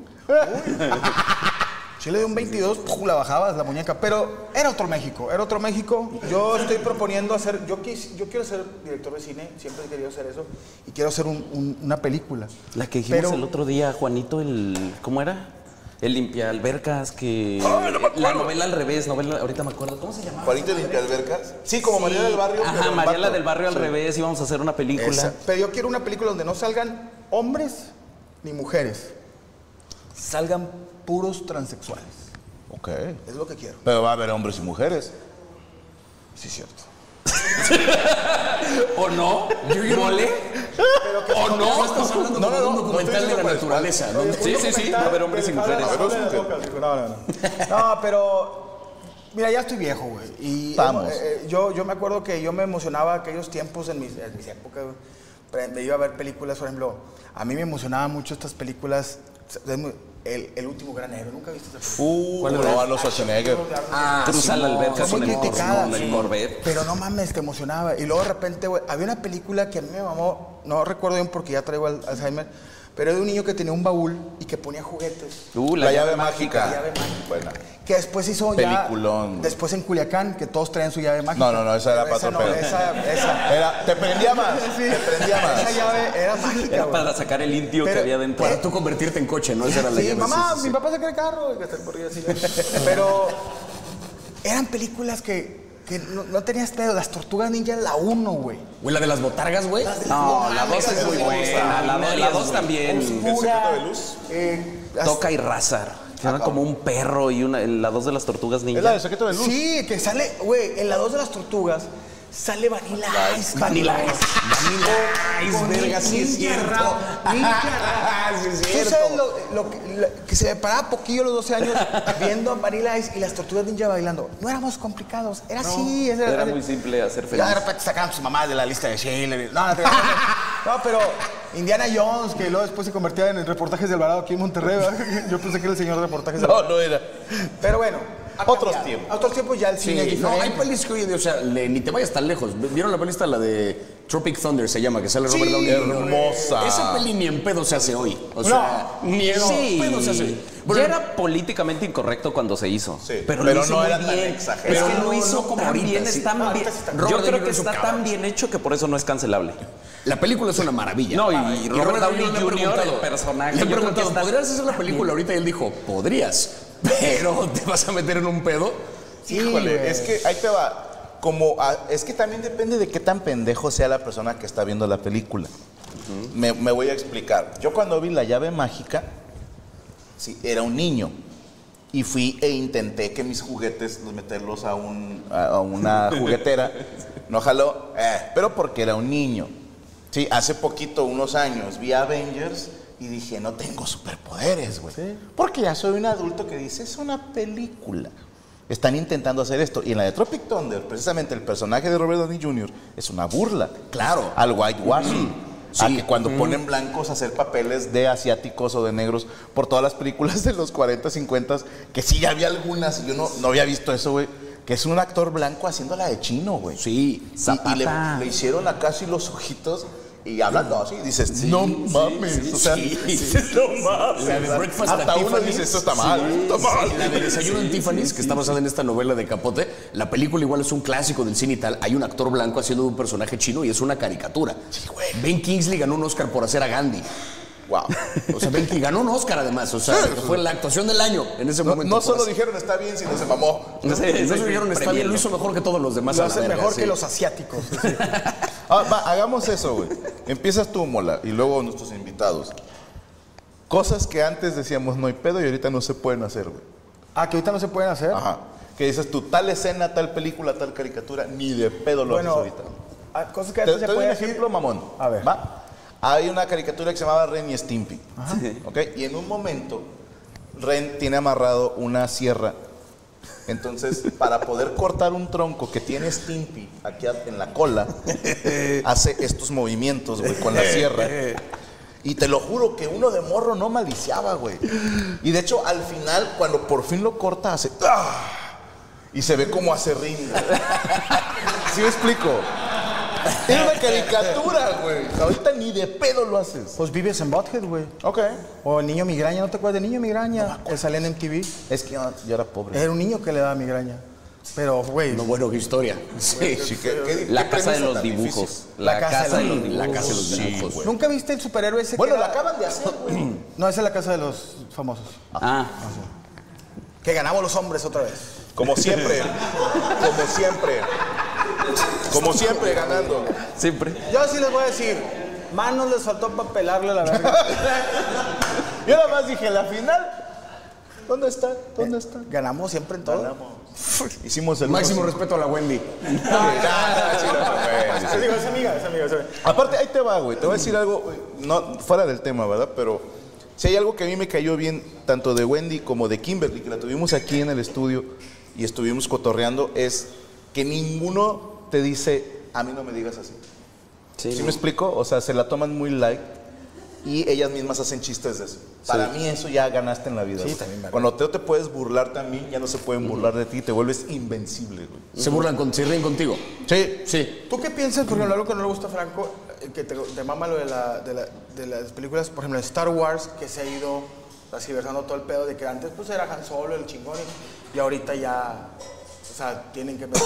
Speaker 1: Chile de un 22, ¡pum! la bajabas la muñeca. Pero era otro México, era otro México. Yo estoy proponiendo hacer, yo, quis- yo quiero ser director de cine, siempre he querido hacer eso, y quiero hacer un- un- una película.
Speaker 5: La que dijimos
Speaker 1: Pero-
Speaker 5: el otro día, Juanito, el. ¿Cómo era? El limpia albercas que. la novela al revés, novela, ahorita me acuerdo. ¿Cómo se llamaba?
Speaker 2: Juanito limpia albercas. Sí, como
Speaker 5: Sí.
Speaker 2: Mariela del Barrio.
Speaker 5: Ajá,
Speaker 2: pero en
Speaker 5: Mariela
Speaker 2: vato.
Speaker 5: del Barrio al revés, íbamos a hacer una película.
Speaker 1: Esa. Pero yo quiero una película donde no salgan hombres ni mujeres, salgan puros transexuales.
Speaker 2: Ok.
Speaker 1: Es lo que quiero.
Speaker 2: Pero va a haber hombres y mujeres.
Speaker 1: Sí, cierto.
Speaker 5: ¿O no? ¿Mole? ¿O no?
Speaker 3: Estamos hablando no, de un documental de la naturaleza. ¿no?
Speaker 5: Sí, sí, sí. Va a haber hombres y mujeres.
Speaker 2: A ver, hombres y mujeres.
Speaker 1: No, no, no. No, pero. Mira, ya estoy viejo, güey. Y
Speaker 2: Vamos.
Speaker 1: eh, eh, yo, yo me acuerdo que yo me emocionaba aquellos tiempos en mis, en mis épocas. güey. Pre- Me iba a ver películas, por ejemplo. A mí me emocionaban mucho estas películas. es muy- El, el último gran héroe. Nunca viste esa película.
Speaker 2: Uh, no, a los Schwarzenegger.
Speaker 5: Ah, Cruzar la alberca
Speaker 1: Fue
Speaker 5: con
Speaker 1: muy
Speaker 5: el, cor-
Speaker 1: criticada,
Speaker 5: con el
Speaker 1: sí.
Speaker 5: Corvette.
Speaker 1: Pero no mames, te emocionaba. Y luego de repente, güey, había una película que a mí me mamó, no recuerdo bien porque ya traigo al- Alzheimer, pero era de un niño que tenía un baúl y que ponía juguetes.
Speaker 5: Uh,
Speaker 2: La llave mágica.
Speaker 1: La llave mágica.
Speaker 2: Buena.
Speaker 1: Que después hizo
Speaker 2: Peliculón,
Speaker 1: ya.
Speaker 2: güey.
Speaker 1: Después en Culiacán, que todos traían su llave mágica.
Speaker 2: No, no, no, esa era
Speaker 1: Pero
Speaker 2: para
Speaker 1: no,
Speaker 2: otro pedo.
Speaker 1: Esa, esa.
Speaker 2: Era, te <laughs> prendía más.
Speaker 1: <laughs> Sí.
Speaker 2: Te prendía
Speaker 1: Esa
Speaker 2: más.
Speaker 1: llave era mágica.
Speaker 5: Era
Speaker 1: güey.
Speaker 5: para sacar el indio que
Speaker 1: Pero-
Speaker 5: había dentro.
Speaker 3: Para tú convertirte en coche, ¿no? Esa era la
Speaker 1: Sí,
Speaker 3: llave,
Speaker 1: mamá,
Speaker 3: sí, sí, sí.
Speaker 2: <laughs>
Speaker 1: mi papá se cree carro. y que hasta el corrido así, güey. Pero eran películas que Que no, no tenías pedo, las tortugas ninja la uno, güey.
Speaker 3: Güey, la de las botargas, güey.
Speaker 5: No, la dos es muy buena. La, do- la dos también.
Speaker 1: Oscura,
Speaker 2: secreto de luz?
Speaker 1: eh,
Speaker 5: Toca y raza. Se llama como un perro y una, la dos de las tortugas ninja.
Speaker 2: Es la del secreto de luz.
Speaker 1: Sí, que sale, güey, en la dos de las tortugas sale Vanilla Ice. Oh,
Speaker 5: Vanilla Ice.
Speaker 1: Vanilla
Speaker 3: Ice, verga, sí es cierto. Sí es
Speaker 1: ¿Tú
Speaker 3: cierto.
Speaker 1: sabes lo, lo que, la- que se me paraba poquillo a los 12 años viendo a Vanilla Ice y las tortugas ninja bailando? No éramos complicados, era así. Era,
Speaker 5: Era muy simple hacer
Speaker 1: Ya Ah, de
Speaker 5: feliz.
Speaker 1: repente sacaban sus mamás de la lista de Schindler. <laughs> No, no, te- no, pero Indiana Jones, que luego después se convertía en reportajes de Alvarado aquí en Monterrey, ¿verdad? <laughs> Yo pensé que era el señor de reportajes de
Speaker 2: No,
Speaker 1: Alvarado.
Speaker 2: no era.
Speaker 1: Pero bueno. ha
Speaker 2: Otros
Speaker 1: cambiado.
Speaker 2: tiempos.
Speaker 1: A Otros tiempos ya el cine es
Speaker 3: Sí, no,
Speaker 1: diferente.
Speaker 3: hay pelis que hoy en día, o sea, le- ni te vayas tan lejos. ¿Vieron la peli esta, la de Tropic Thunder se llama, que sale Robert Downey?
Speaker 2: hermosa.
Speaker 3: Esa peli ni en pedo se hace hoy. O sea, ni en pedo Pues se hace.
Speaker 5: Sí.
Speaker 3: Bueno,
Speaker 5: ya era políticamente incorrecto cuando se hizo.
Speaker 2: Sí, pero
Speaker 5: Pero, lo hizo
Speaker 2: no
Speaker 5: muy
Speaker 2: era tan
Speaker 5: bien.
Speaker 2: exagerado.
Speaker 5: Es que
Speaker 3: Pero no,
Speaker 5: lo hizo
Speaker 3: no como
Speaker 5: tan
Speaker 3: ahorita,
Speaker 5: bien,
Speaker 3: sí.
Speaker 5: es tan
Speaker 3: No,
Speaker 5: bien.
Speaker 3: ahorita sí está-
Speaker 5: Yo
Speaker 3: Robert De
Speaker 5: creo
Speaker 3: Niro
Speaker 5: que
Speaker 3: es un
Speaker 5: está
Speaker 3: cabrón.
Speaker 5: tan bien hecho que por eso no es cancelable.
Speaker 3: La película es una maravilla.
Speaker 5: No, y-
Speaker 3: Maravilla.
Speaker 5: y Robert
Speaker 3: Downey
Speaker 5: Downey
Speaker 3: le he
Speaker 5: Jr.,
Speaker 3: preguntado,
Speaker 5: el personaje,
Speaker 3: Le he
Speaker 5: yo creo que
Speaker 3: preguntado,
Speaker 5: está-
Speaker 3: ¿podrías hacer la película ahorita? Y él dijo, podrías, <laughs> pero te vas a meter en un pedo.
Speaker 2: Híjole, es que ahí te va. Como a- es que también depende de qué tan pendejo sea la persona que está viendo la película. me, me voy a explicar. Yo cuando vi la llave mágica, sí, era un niño. Y fui e intenté que mis juguetes los meterlos a, un, a a una juguetera. No jaló, eh, pero porque era un niño. Sí, hace poquito, unos años, vi Avengers y dije, no tengo superpoderes, güey. Porque ya soy un adulto que dice, es una película. Están intentando hacer esto. Y en la de Tropic Thunder, precisamente el personaje de Robert Downey Jr. es una burla.
Speaker 3: Claro.
Speaker 2: Al whitewashing. A que cuando ponen blancos a hacer papeles de asiáticos o de negros por todas las películas de los 40, 50, que sí ya había algunas, y yo no, no había visto eso, güey. Que es un actor blanco haciéndola de chino, güey.
Speaker 3: Sí,
Speaker 2: Y- Y, le, le hicieron acá así los ojitos y hablando así. Dices, no mames. o sea, <laughs> dices, no mames.
Speaker 3: La de Breakfast at
Speaker 2: Hasta uno
Speaker 3: Tiffany's.
Speaker 2: dice, esto está mal,
Speaker 3: Sí,
Speaker 2: esto está mal.
Speaker 3: sí, la de Desayuno en Tiffany's, que está basada en esta novela de Capote. La película igual es un clásico del cine y tal. Hay un actor blanco haciendo de un personaje chino y es una caricatura. Ben Kingsley ganó un Oscar por hacer a Gandhi.
Speaker 2: Wow.
Speaker 3: O sea, Ben Kingsley ganó un Oscar además. O sea, que fue la actuación del año en ese
Speaker 2: No,
Speaker 3: momento. pues.
Speaker 2: no
Speaker 3: por
Speaker 2: solo
Speaker 3: hacer-
Speaker 2: dijeron está bien, sino se mamó.
Speaker 3: No,
Speaker 5: Sí,
Speaker 3: no
Speaker 5: sí,
Speaker 3: se
Speaker 5: sí,
Speaker 3: dijeron está bien,
Speaker 5: premiando.
Speaker 3: lo hizo mejor que todos los demás.
Speaker 1: Lo
Speaker 3: a la
Speaker 1: hacen
Speaker 3: verga,
Speaker 1: mejor
Speaker 3: sí.
Speaker 1: que los <laughs> asiáticos.
Speaker 2: Ah, va, hagamos eso, güey. Empiezas tú, Mola, y luego nuestros invitados. Cosas que antes decíamos no hay pedo y ahorita no se pueden hacer, güey.
Speaker 1: Ah, que ahorita no se pueden hacer.
Speaker 2: Ajá. Que dices tú, tal escena, tal película, tal caricatura, ni de pedo lo
Speaker 1: bueno,
Speaker 2: haces ahorita.
Speaker 1: ah, cosas
Speaker 2: Te,
Speaker 1: que antes
Speaker 2: te
Speaker 1: se
Speaker 2: doy un
Speaker 1: pueden hacer.
Speaker 2: ejemplo, mamón.
Speaker 1: A ver.
Speaker 2: ¿Va? Hay una caricatura que se llamaba Ren y Stimpy. ¿Ok? Y en un momento, Ren tiene amarrado una sierra. Entonces,
Speaker 1: <laughs>
Speaker 2: para poder cortar un tronco que tiene Stimpy aquí a- en la
Speaker 1: <laughs>
Speaker 2: cola, hace estos movimientos, güey, con la sierra.
Speaker 1: Eh,
Speaker 2: Y te lo juro que uno de morro no maliciaba, güey. Y de hecho, al final, cuando por fin lo corta, hace. ¡ah! Y se ve como hace ring. ¿Sí me explico? Es una caricatura, güey. Ahorita ni de pedo lo haces.
Speaker 1: Pues vives en Bothead, güey.
Speaker 2: Ok.
Speaker 1: O el niño migraña, ¿no te acuerdas de niño migraña? que salía en MTV.
Speaker 2: Es que yo, yo era pobre.
Speaker 1: Era un niño que le daba migraña. Pero, güey.
Speaker 3: No, bueno, qué historia. Sí.
Speaker 2: Sí, ¿qué- qué-
Speaker 5: La
Speaker 2: qué
Speaker 5: casa
Speaker 2: premisa
Speaker 5: de los
Speaker 2: tan
Speaker 5: dibujos.
Speaker 2: difícil?
Speaker 5: La casa de los
Speaker 3: La casa de
Speaker 5: dibujos.
Speaker 3: los dibujos.
Speaker 1: ¿Nunca viste el superhéroe ese
Speaker 2: Bueno,
Speaker 1: que
Speaker 2: la
Speaker 1: era-
Speaker 2: acaban de hacer, güey.
Speaker 1: <clears throat> No, esa es la casa de los famosos.
Speaker 5: Ah,
Speaker 1: Que ganamos los hombres otra vez.
Speaker 2: Como siempre. Como siempre. Como siempre ganando.
Speaker 5: siempre.
Speaker 1: Yo sí les voy a decir, manos les faltó para pelarle la <laughs> verga.
Speaker 2: Yo nada más dije, la final. ¿Dónde está? ¿Dónde está?
Speaker 1: ganamos siempre en todo.
Speaker 2: Hicimos el
Speaker 3: Máximo
Speaker 2: uno,
Speaker 3: respeto a la Wendy.
Speaker 2: sí. Ah, sí, no, güey.
Speaker 1: Es amiga, es amiga, es amiga, es amiga.
Speaker 2: Aparte, ahí te va, güey. Te voy a decir algo, güey, no, fuera del tema, ¿verdad? Pero si hay algo que a mí me cayó bien, tanto de Wendy como de Kimberly, que la tuvimos aquí en el estudio y estuvimos cotorreando, es que ninguno te dice, a mí no me digas así.
Speaker 5: Sí,
Speaker 2: ¿Sí
Speaker 5: no.
Speaker 2: me explico? O sea, se la toman muy light y ellas mismas hacen chistes de eso. Para mí eso ya ganaste en la vida. güey. Cuando te, te puedes burlar también, ya no se pueden burlar de ti, te vuelves invencible, güey.
Speaker 3: Se burlan, con, se ríen contigo.
Speaker 2: Sí.
Speaker 3: Sí.
Speaker 1: ¿Tú qué piensas, por ejemplo, algo que no le gusta a Franco, eh, que te, te mama lo de, la- de la- de las películas, por ejemplo, de Star Wars, que se ha ido así versando todo el pedo de que antes pues era Han Solo, el chingón, y, y ahorita ya, o sea, tienen que meter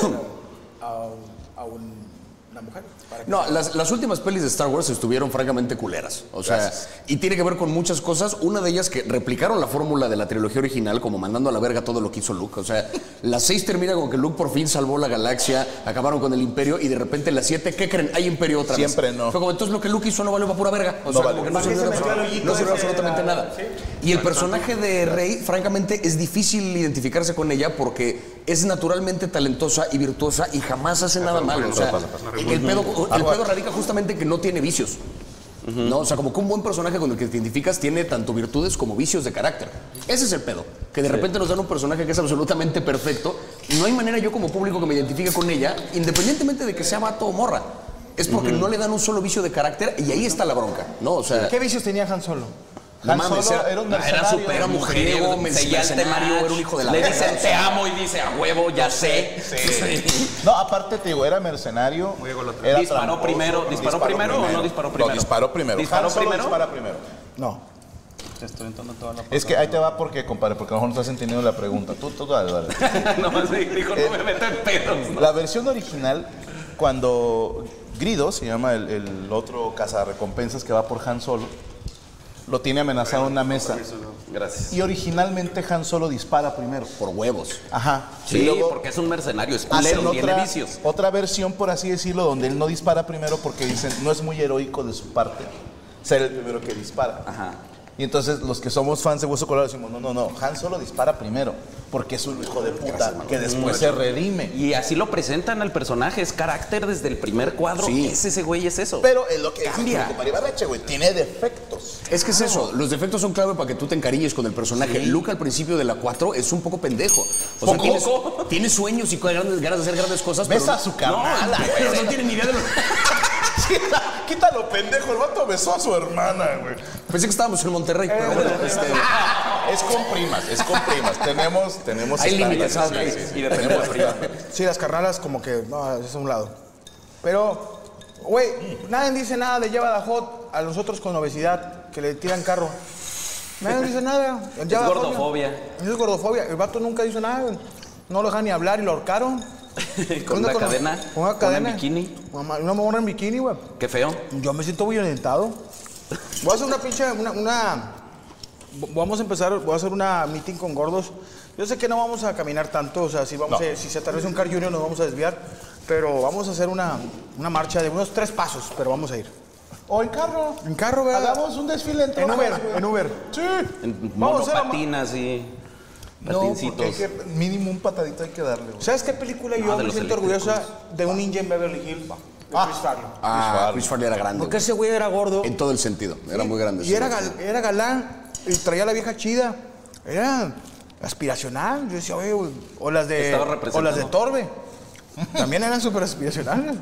Speaker 1: a, a un, a un- una la mujer. Para que-
Speaker 3: No, las, las últimas pelis de Star Wars estuvieron francamente culeras. O sea, y tiene que ver con muchas cosas. Una de ellas que replicaron la fórmula de la trilogía original, como mandando a la verga todo lo que hizo Luke.
Speaker 1: <laughs>
Speaker 3: O sea, las seis termina con que Luke por fin salvó la galaxia, acabaron con el imperio y de repente las siete, ¿qué creen? Hay imperio otra vez.
Speaker 2: Siempre no.
Speaker 3: Fue como, entonces lo que Luke hizo no valió para pura verga. O sea,
Speaker 2: valió.
Speaker 3: como que no sirvió,
Speaker 1: se
Speaker 3: de
Speaker 1: metió al
Speaker 3: absoluta-
Speaker 1: hoyito
Speaker 3: no sirvió
Speaker 1: ese de
Speaker 3: absolutamente
Speaker 1: la-
Speaker 3: nada. Y el personaje de Rey, francamente, es difícil identificarse con ella porque es naturalmente talentosa y virtuosa y jamás hace nada malo. O sea, el pedo, el pedo radica justamente en que no tiene vicios. ¿No? O sea, como que un buen personaje con el que te identificas tiene tanto virtudes como vicios de carácter. Ese es el pedo. Que de repente nos dan un personaje que es absolutamente perfecto. No hay manera yo como público que me identifique con ella, independientemente de que sea vato o morra. Es porque no le dan un solo vicio de carácter y ahí está la bronca, ¿no? O sea,
Speaker 1: ¿Qué vicios tenía Han Solo?
Speaker 3: no
Speaker 2: Han
Speaker 3: mames,
Speaker 2: Solo
Speaker 3: era-
Speaker 2: era un
Speaker 5: Ah, Era
Speaker 2: mercenario.
Speaker 5: súper
Speaker 3: era mujeriego,
Speaker 5: mujeriego,
Speaker 3: seguía el temario, era un hijo de la
Speaker 5: Le
Speaker 3: verga,
Speaker 5: dicen
Speaker 3: o
Speaker 5: te
Speaker 3: sea.
Speaker 5: amo y dice a huevo, ya sé. Sí.
Speaker 2: No, aparte te digo, era mercenario. era
Speaker 5: Disparó
Speaker 2: tramposo,
Speaker 5: primero, ¿disparó primero o no disparó primero?
Speaker 2: No, disparó primero.
Speaker 5: ¿Disparó
Speaker 2: Han Solo
Speaker 5: primero?
Speaker 2: dispara primero.
Speaker 1: No.
Speaker 2: Es que ahí te va porque, compadre, porque a lo mejor no estás entendiendo la pregunta. Tú, tú, dale, dale.
Speaker 5: <laughs> no, sí, dijo, no me meto en pedos. ¿no?
Speaker 2: La versión original, cuando Grido, se llama el, el otro cazarrecompensas que va por Han Solo, lo tiene amenazado en una mesa.
Speaker 5: Gracias.
Speaker 2: Y originalmente Han Solo dispara primero.
Speaker 3: por huevos.
Speaker 2: Ajá.
Speaker 5: Sí,
Speaker 2: Y luego
Speaker 5: porque es un mercenario, es
Speaker 2: hacen
Speaker 5: culero, tiene
Speaker 2: otra,
Speaker 5: vicios.
Speaker 2: otra versión, por así decirlo, donde él no dispara primero porque dicen, no es muy heroico de su parte ser el primero que dispara.
Speaker 5: Ajá.
Speaker 2: Y entonces los que somos fans de Hueso Colorado decimos, no, no, no, Han Solo dispara primero porque es un hijo de puta que después se redime.
Speaker 5: Y así lo presentan al personaje, es carácter desde el primer cuadro. Es ese güey, es eso.
Speaker 2: Pero es lo que dice
Speaker 5: Cambia.
Speaker 2: mi compadre Ibarreche, güey. Tiene defectos. <laughs>
Speaker 3: Es que es eso, los defectos son clave para que tú te encariñes con el personaje. Luke al principio de la 4 es un poco pendejo. O sea,
Speaker 5: ¿Poco?
Speaker 3: tienes, tiene sueños y grandes- ganas de hacer grandes cosas,
Speaker 2: Ves
Speaker 3: pero
Speaker 2: a su carnala,
Speaker 3: no,
Speaker 2: güey.
Speaker 3: pero no tiene ni idea de lo
Speaker 2: Quita- Quítalo, pendejo. El vato besó a su hermana, güey. Eh,
Speaker 3: Pensé que estábamos en Monterrey, pero bueno, este,
Speaker 2: <laughs> Es con primas, es con primas. tenemos, tenemos.
Speaker 3: hay
Speaker 2: estándares,
Speaker 3: límites. ¿sabes?
Speaker 2: sí, sí, sí.
Speaker 5: Y de repente
Speaker 1: Sí, las carnalas como que, no, es a un lado. Pero, güey, nadie dice nada de Lleva Dajot a los otros con obesidad, que le tiran carro. Nadie dice
Speaker 5: <laughs>
Speaker 1: nada. El Java Dajot,
Speaker 5: gordofobia.
Speaker 1: Es gordofobia. El vato nunca hizo nada. güey. No lo dejan ni hablar y lo ahorcaron.
Speaker 5: con
Speaker 1: Anda
Speaker 5: una cadena,
Speaker 1: Con una cadena.
Speaker 5: en bikini.
Speaker 1: Mamá, Una morra en bikini, güey.
Speaker 5: Qué feo.
Speaker 1: Yo me siento violentado. Voy a hacer una pinche, una, una- Vamos a empezar, voy a hacer una meeting con gordos. Yo sé que no vamos a caminar tanto, o sea, si, vamos a- si se atraviesa un Car Junior nos vamos a desviar, pero vamos a hacer una, una marcha de unos tres pasos, pero vamos a ir.
Speaker 2: O en carro.
Speaker 1: En carro, ¿verdad?
Speaker 2: Hagamos un desfile en
Speaker 1: En
Speaker 2: trojas,
Speaker 1: Uber,
Speaker 2: güey.
Speaker 1: en Uber.
Speaker 5: En
Speaker 1: Vamos a hacer la ma-
Speaker 5: monopatinas y
Speaker 2: No, porque hay
Speaker 5: patincitos.
Speaker 2: que, mínimo un patadito hay que darle, güey.
Speaker 1: ¿Sabes qué película
Speaker 5: Ah,
Speaker 1: yo
Speaker 5: de
Speaker 1: me
Speaker 5: los
Speaker 1: siento
Speaker 5: eléctricos.
Speaker 1: orgullosa de un ninja en Beverly Hills? De Chris Farley.
Speaker 3: Ah, Chris Farley era grande.
Speaker 1: Porque
Speaker 3: güey.
Speaker 1: ese güey era gordo.
Speaker 3: En todo el sentido, era muy grande.
Speaker 1: Y
Speaker 3: sí.
Speaker 1: era, gal- era galán, y traía a la vieja chida. Era aspiracional. Yo decía, oye, güey, o las de,
Speaker 5: Estaba
Speaker 1: o las de
Speaker 5: representado.
Speaker 1: Torbe. También eran súper aspiracionales.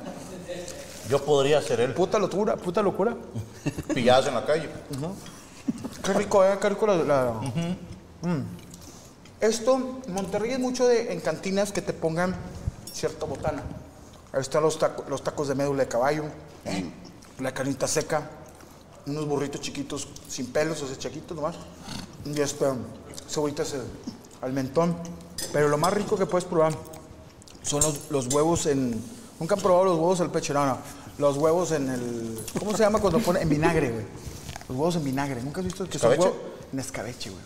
Speaker 2: Yo podría ser él.
Speaker 1: Puta locura, puta locura.
Speaker 2: Pillados en la calle.
Speaker 1: Qué rico, ¿eh? Qué rico la... la- Mm. Esto, Monterrey es mucho de en cantinas que te pongan cierta botana. Ahí están los, taco- los tacos de médula de caballo, la carnita seca, unos burritos chiquitos sin pelos, o sea, chiquitos nomás. Y este, cebollitas eh, al mentón. Pero lo más rico que puedes probar son los, los huevos en... Nunca han probado los huevos al pecho, no, no. Los huevos en el... ¿Cómo se llama cuando ponen? En vinagre, güey. Los huevos en vinagre. ¿Nunca has visto que son
Speaker 2: ¿Escabeche?
Speaker 1: huevos? En escabeche, güey.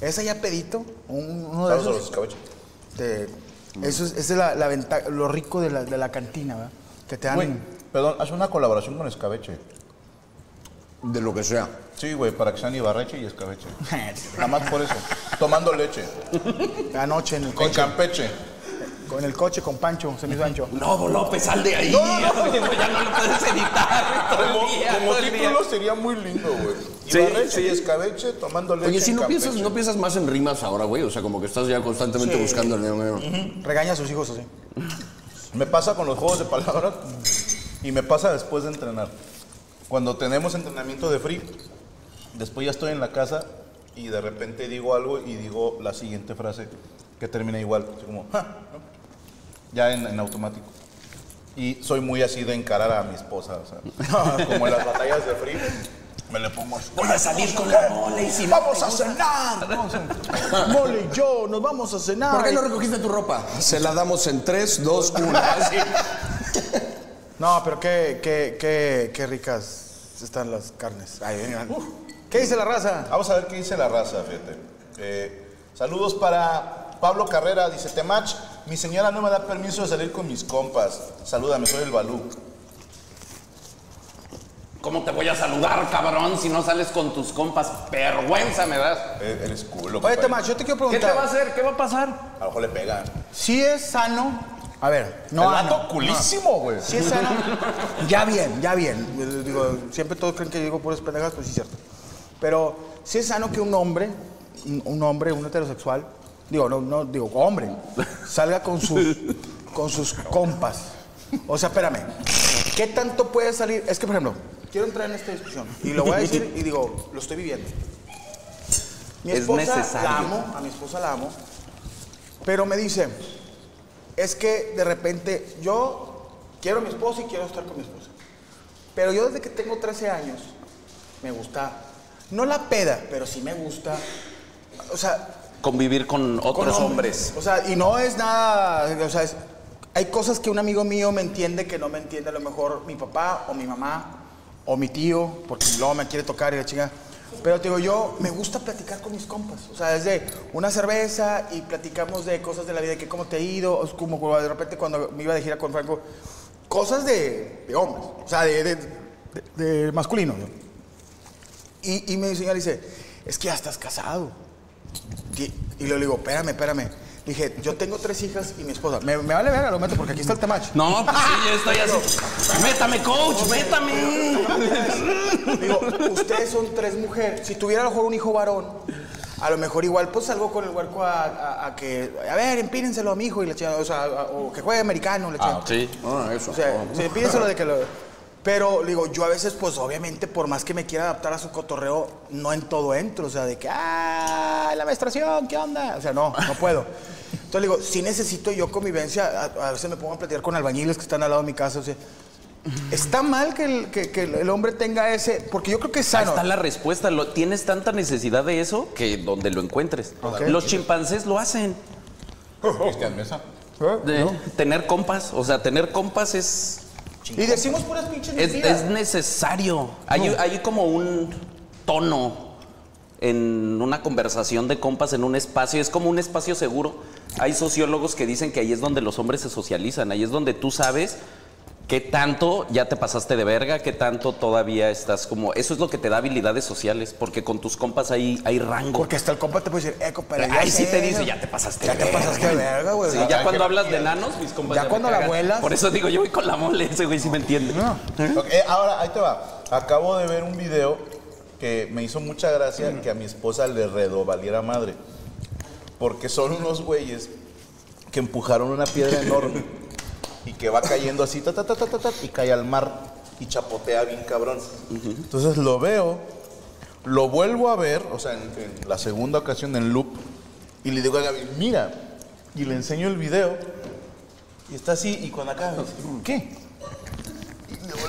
Speaker 1: Ese ya pedito, un- uno
Speaker 2: Saludos
Speaker 1: de
Speaker 2: a los
Speaker 1: esos...
Speaker 2: escabeche.
Speaker 1: te- eso es, esa es la, la ventaja, lo rico de la, de la cantina, ¿verdad? Que te dan...
Speaker 2: Güey, perdón, haz una colaboración con Escabeche.
Speaker 3: De lo que sea.
Speaker 2: Sí, güey, para que sean Ibarreche y Escabeche. Nada más por eso. Tomando leche.
Speaker 1: <laughs> Anoche en el
Speaker 2: Con
Speaker 1: coche,
Speaker 2: Campeche.
Speaker 1: en el coche con Pancho, se me hizo ancho.
Speaker 5: No, López, sal de ahí.
Speaker 2: No, no, no.
Speaker 5: Digo, <laughs> ya no lo puedes editar. Todo el
Speaker 2: Como,
Speaker 5: día,
Speaker 2: como
Speaker 5: todo el día.
Speaker 2: título sería muy lindo, güey.
Speaker 5: Sí,
Speaker 2: Ibarreche
Speaker 5: sí.
Speaker 2: y Escabeche tomando leche.
Speaker 3: Oye, si
Speaker 2: en
Speaker 3: no piensas,
Speaker 2: Campeche.
Speaker 3: no piensas más en rimas ahora, güey. O sea, como que estás ya constantemente buscando el
Speaker 1: Regaña a sus hijos así.
Speaker 2: Me pasa con los juegos de palabras y me pasa después de entrenar. Cuando tenemos entrenamiento de free, después ya estoy en la casa y de repente digo algo y digo la siguiente frase que termina igual, así como, "Ja", ¿no? ya en, en automático. Y soy muy así de encarar a mi esposa, o sea, <laughs> como en las batallas de free, me le pongo así,
Speaker 5: Voy a salir con la mole y si no.
Speaker 2: ¡Vamos a cenar!
Speaker 1: Mole y yo, nos vamos a cenar.
Speaker 3: ¿Por qué no recogiste tu ropa? Se la damos en 3, 2, 1.
Speaker 1: No, pero qué, qué, qué, qué ricas están las carnes. Ay, vengan. ¿Qué dice la raza?
Speaker 2: Vamos a ver qué dice la raza, fíjate. Eh, saludos para Pablo Carrera, dice Temach, mi señora no me da permiso de salir con mis compas. Salúdame, soy el Balú.
Speaker 5: ¿Cómo te voy a saludar, cabrón, si no sales con tus compas? Vergüenza me das.
Speaker 2: Eh, Eres culo,
Speaker 1: Oye,
Speaker 2: compadre.
Speaker 1: Temach, yo te quiero
Speaker 5: ¿Qué te va a
Speaker 1: preguntar.
Speaker 5: hacer? ¿Qué va a pasar?
Speaker 2: A lo mejor le pega.
Speaker 1: Si es sano. A ver, no.
Speaker 2: el vato
Speaker 1: ano.
Speaker 2: culísimo, güey.
Speaker 1: Si es sano. ya bien, ya bien. Eh, Digo, siempre todos creen que digo puras pendejadas, pues sí es cierto. Pero si es sano que un hombre, un un hombre, un heterosexual, digo, no, no, digo, hombre, salga
Speaker 2: <laughs>
Speaker 1: con sus, con sus compas. O sea, espérame. ¿Qué tanto puede salir? Es que, por ejemplo, quiero entrar en esta discusión. Y lo voy a decir y digo, lo estoy viviendo. Mi
Speaker 5: Es
Speaker 1: esposa
Speaker 5: necesario.
Speaker 1: la amo, a mi esposa la amo. Pero me dice, es que de repente yo quiero a mi esposa y quiero estar con mi esposa. Pero yo desde que tengo 13 años, me gusta, no la peda, pero sí me gusta. O sea,
Speaker 5: Convivir con
Speaker 1: con
Speaker 5: otros hombres.
Speaker 1: O sea, y no es nada, o sea, es- hay cosas que un amigo mío me entiende que no me entiende a lo mejor mi papá o mi mamá o mi tío, porque luego me quiere tocar y la chinga. Pero te digo, yo me gusta platicar con mis compas. O sea, es de una cerveza y platicamos de cosas de la vida, que cómo te ha ido, o es como de repente cuando me iba de gira con Franco, cosas de, de hombres, o sea, de, de, de- de masculino. ¿no? Y, y me dice, dice, es que ya estás casado. Y, y le digo, espérame, espérame. Dije, yo tengo tres hijas y mi esposa. Me, me vale ver a lo meto porque aquí está el temach.
Speaker 5: No, pues sí, yo estoy así. Métame, coach, métame.
Speaker 1: Digo, ustedes son tres mujeres. Si tuviera a lo mejor un hijo varón, a lo mejor igual pues salgo con el huerco a, a- a que, a ver, empírenselo a mi hijo y la chingada, o sea, a- o que juegue americano, la chingada.
Speaker 5: Sí.
Speaker 3: Ah, eso.
Speaker 1: O sea, se pide solo de que lo. Pero le digo, yo a veces, pues obviamente, por más que me quiera adaptar a su cotorreo, no en todo entro. O sea, de que, ¡ah! La menstruación, ¿qué onda? O sea, no, no puedo. Entonces le digo, sí necesito yo convivencia. A, a veces me pongo a platicar con albañiles que están al lado de mi casa. O sea, está mal que el, que- que el hombre tenga ese. Porque yo creo que es
Speaker 5: Ahí
Speaker 1: sano.
Speaker 5: está la respuesta. Lo- tienes tanta necesidad de eso que donde lo encuentres. Los chimpancés lo hacen.
Speaker 1: Oh.
Speaker 2: Cristian Mesa.
Speaker 5: De Tener compas. O sea, tener compas es
Speaker 1: Y decimos puras pinches
Speaker 5: Es,
Speaker 1: mentiras.
Speaker 5: es necesario. Hay, hay como un tono en una conversación de compas en un espacio. Es como un espacio seguro. Hay sociólogos que dicen que ahí es donde los hombres se socializan. Ahí es donde tú sabes qué tanto ya te pasaste de verga, qué tanto todavía estás como. Eso es lo que te da habilidades sociales, porque con tus compas hay, hay rango.
Speaker 1: Porque hasta el compa te puede decir, eh, compadre. ya
Speaker 5: Ahí sí
Speaker 1: sé,
Speaker 5: te dice,
Speaker 1: güey.
Speaker 5: ya te pasaste
Speaker 1: Ya
Speaker 5: de
Speaker 1: te
Speaker 5: verga".
Speaker 1: pasaste de verga, güey.
Speaker 5: Sí,
Speaker 1: O sea,
Speaker 5: ya cuando hablas de nanos, mis compas.
Speaker 1: Ya
Speaker 5: me
Speaker 1: cuando la
Speaker 5: cagan.
Speaker 1: vuelas.
Speaker 5: Por eso digo, yo voy con la mole, ese güey sí me entiende.
Speaker 2: Ok, eh, ahora, ahí te va. Acabo de ver un video que me hizo mucha gracia que a mi esposa le redovaliera madre. Porque son unos güeyes que empujaron una piedra enorme y que va cayendo así, ta, ta, ta, ta, ta, ta, y cae al mar y chapotea bien cabrón. Entonces lo veo, lo vuelvo a ver, o sea, en, en la segunda ocasión en loop, y le digo a Gaby, mira, y le enseño el video, y está así, y cuando acaba, me dice, ¿qué?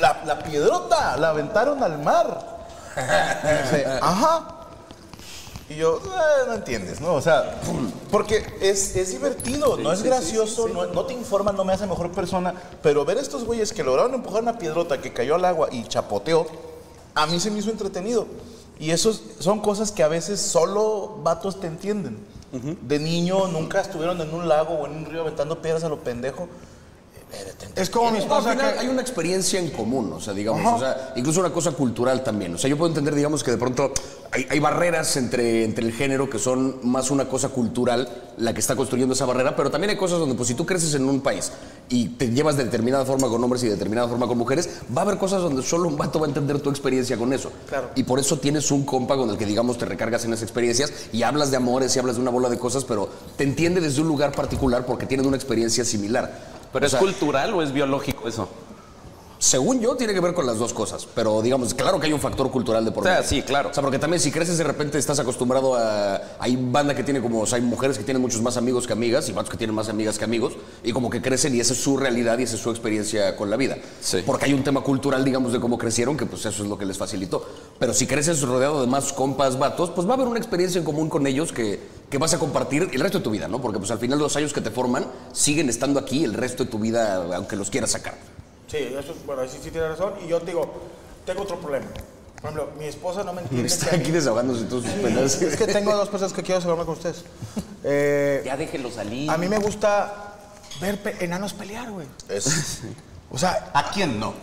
Speaker 2: La, la piedrota, la aventaron al mar. Y dice, ajá. Y yo, "Eh, no entiendes, ¿no? O sea, porque es, es divertido, no es gracioso, No, no te informa, no me hace mejor persona, pero ver a estos güeyes que lograron empujar una piedrota que cayó al agua y chapoteó, a mí se me hizo entretenido. Y eso son cosas que a veces solo vatos te entienden. De niño nunca estuvieron en un lago o en un río aventando piedras a lo pendejo.
Speaker 1: Es como mi
Speaker 3: No, Eh, al
Speaker 1: esposa.
Speaker 3: final
Speaker 1: que-
Speaker 3: hay una experiencia en común, o sea, digamos, o sea, incluso una cosa cultural también. O sea, yo puedo entender, digamos, que de pronto hay, hay barreras entre, entre el género que son más una cosa cultural la que está construyendo esa barrera, pero también hay cosas donde, pues, si tú creces en un país y te llevas de determinada forma con hombres y de determinada forma con mujeres, va a haber cosas donde solo un vato va a entender tu experiencia con eso.
Speaker 1: Claro.
Speaker 3: Y por eso tienes un compa con el que, digamos, te recargas en las experiencias y hablas de amores y hablas de una bola de cosas, pero te entiende desde un lugar particular porque tienen una experiencia similar. O
Speaker 5: ¿Pero es
Speaker 3: sea,
Speaker 5: cultural o es biológico eso?
Speaker 3: según yo, tiene que ver con las dos cosas. Pero digamos, claro que hay un factor cultural de por
Speaker 5: O sea,
Speaker 3: medio.
Speaker 5: sí, claro.
Speaker 3: O sea, porque también si creces de repente estás acostumbrado a. Hay banda que tiene como. O sea, hay mujeres que tienen muchos más amigos que amigas y vatos que tienen más amigas que amigos. Y como que crecen y esa es su realidad y esa es su experiencia con la vida.
Speaker 5: Sí.
Speaker 3: Porque hay un tema cultural, digamos, de cómo crecieron, que pues eso es lo que les facilitó. Pero si creces rodeado de más compas, vatos, pues va a haber una experiencia en común con ellos que, que vas a compartir el resto de tu vida, ¿no? Porque pues al final los años que te forman siguen estando aquí el resto de tu vida, aunque los quieras sacar.
Speaker 1: Sí, eso es, bueno, ahí sí, sí tiene razón. Y yo te digo, tengo otro problema. Por ejemplo, mi esposa no me entiende.
Speaker 3: Está
Speaker 1: que-
Speaker 3: aquí desahogándose todos sus
Speaker 1: <laughs>
Speaker 3: penas.
Speaker 1: Es que tengo dos personas que quiero hablar con ustedes. Eh,
Speaker 7: Ya déjenlo salir.
Speaker 1: a mí me gusta ver pe- enanos pelear, güey.
Speaker 2: Es-
Speaker 1: O sea,
Speaker 2: ¿A quién no?